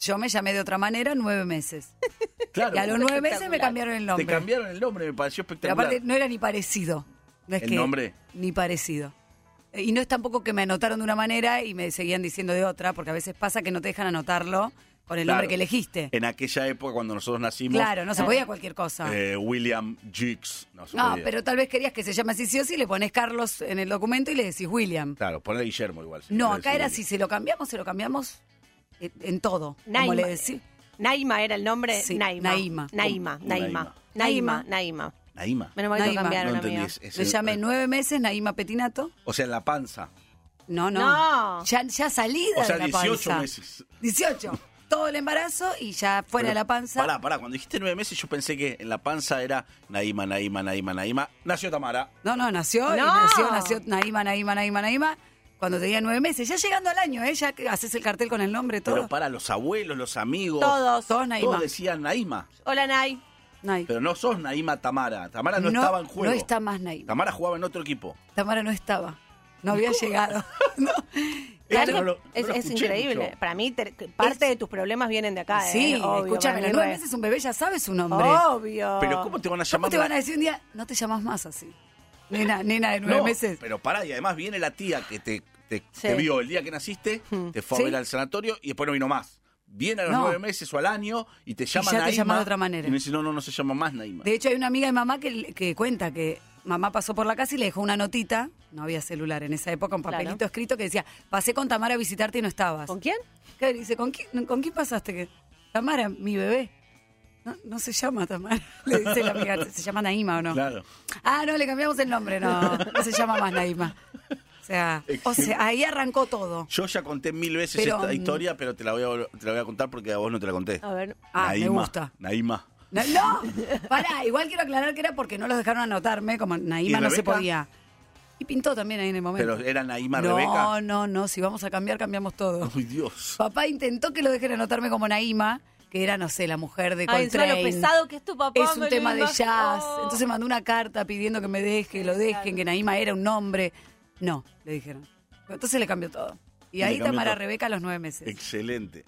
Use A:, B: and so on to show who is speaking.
A: Yo me llamé de otra manera nueve meses.
B: Claro.
A: Y a los nueve meses me cambiaron el nombre.
B: Te cambiaron el nombre, me pareció
A: Pero
B: espectacular.
A: aparte no era ni parecido. No es
B: ¿El
A: que-
B: nombre?
A: Ni parecido. Eh, Y no es tampoco que me anotaron de una manera y me seguían diciendo de otra, porque a veces pasa que no te dejan anotarlo con el nombre
B: Claro. Eh,
A: que elegiste.
B: En aquella época, cuando nosotros nacimos,
A: Claro, no se podía cualquier cosa.
B: Ah. eh, William Jiggs nos
A: no,
B: pedía.
A: pero tal vez querías que se llame así sí o sí, le pones Carlos en el documento y le decís William.
B: Claro, ponle Guillermo igual. si
A: No,
B: querés
A: acá era
B: decirle.
A: si se lo cambiamos, se lo cambiamos en, en todo. Como
C: Naima.
A: le decís.
C: Naima era el nombre.
A: Sí,
C: Naima.
A: Naima.
C: Naima.
B: ¿Cómo?
C: Naima.
A: Naima.
C: Naima. Naima.
B: Naima.
C: Menos mal que lo
A: Naima.
C: cambiaron,
B: No entendí
C: amigo.
B: ese-
A: Le llamé
B: eh,
A: nueve meses Naima Petinato.
B: O sea, en la panza.
A: No, no.
C: No.
A: Ya, ya salida
B: O sea,
A: de la panza.
B: 18 meses.
A: 18. Todo el embarazo y ya fuera de la panza.
B: Pará, pará. Cuando dijiste nueve meses, yo pensé que en la panza era Naima, Naima, Naima, Naima. Nació Tamara.
A: No, no, nació, y
C: No.
A: nació, nació Naima, Naima, Naima, Naima. Cuando tenía nueve meses, ya llegando al año, ¿eh? ya que haces el cartel con el nombre, todo.
B: Pero para los abuelos, los amigos.
C: Todos.
A: Todos Naima.
B: Todos decían Naima.
C: Hola, Nay.
A: Nay.
B: Pero no sos Naima Tamara. Tamara no,
A: No,
B: estaba en juego.
A: no está más Naima.
B: Tamara jugaba en otro equipo.
A: Tamara no estaba. No había
C: Uh.
A: llegado. No.
B: Esto
C: ¿Sabes
B: no
C: qué?
B: lo- no
C: es,
B: lo
C: es
B: escuché
C: increíble.
B: mucho.
C: Para mí, te- parte de tus problemas vienen de acá.
A: Sí,
C: eh, Obvio, Oh.
A: escúchame, a los
C: Manuel.
A: nueve meses un bebé ya sabe su nombre.
C: Obvio.
B: Pero ¿cómo te van a
A: ¿Cómo
B: llamar?
A: te van a decir un día, no te llamas más así? Nena, nena de nueve
B: No,
A: meses.
B: Pero pará, y además viene la tía que te, te-
C: Sí.
B: te vio el día que naciste, te fue a
A: Hmm. Sí.
B: ver al sanatorio y después no vino más. Viene a los
A: No.
B: nueve meses o al año y te llama
A: ya te
B: Naima.
A: llama de otra manera.
B: Y me dice, no, no, no se llama más Naima.
A: De hecho, hay una amiga de mamá que, que cuenta que mamá pasó por la casa y le dejó una notita. No había celular en esa época, un papelito
C: Claro.
A: escrito que decía: Pasé con Tamara a visitarte y no estabas.
C: ¿Con quién?
A: Claro, y dice: ¿Con quién, ¿con quién pasaste? Que, Tamara, mi bebé. No, no se llama Tamara. Le dice la amiga: ¿se llama Naima o no?
B: Claro.
A: Ah, no, le cambiamos el nombre. No, no se llama más Naima. O sea, o sea ahí arrancó todo.
B: Yo ya conté mil veces
A: Pero,
B: esta
A: mm,
B: historia, pero te la, voy a, vol- te la voy a contar porque a vos no te la conté.
C: A ver.
A: Ah, me gusta.
B: Naima.
A: No, no, pará, igual quiero aclarar que era porque no los dejaron anotarme, como Naima
B: ¿Y
A: no se
B: Rebeca?
A: podía. Y pintó también ahí en el momento.
B: Pero era Naima
A: no,
B: Rebeca.
A: no, no, si vamos a cambiar, cambiamos todo.
B: Ay, Dios.
A: Papá intentó que lo dejen anotarme como Naima, que era, no sé, la mujer de
C: Ay, encima
A: Coltrane.
C: lo pesado que es tu papá.
A: Es
C: me
A: un
C: lo
A: tema de
C: imagino.
A: jazz. Entonces mandó una carta pidiendo que me deje, lo dejen, que Naima era un nombre. No, le dijeron. Entonces le cambió todo. Y
B: Le
A: ahí
B: cambió
A: Tamara
B: todo.
A: Rebeca a los nueve meses.
B: Excelente.